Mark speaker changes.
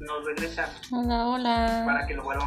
Speaker 1: nos regresan
Speaker 2: Hola, hola.
Speaker 1: para que lo vuelvan.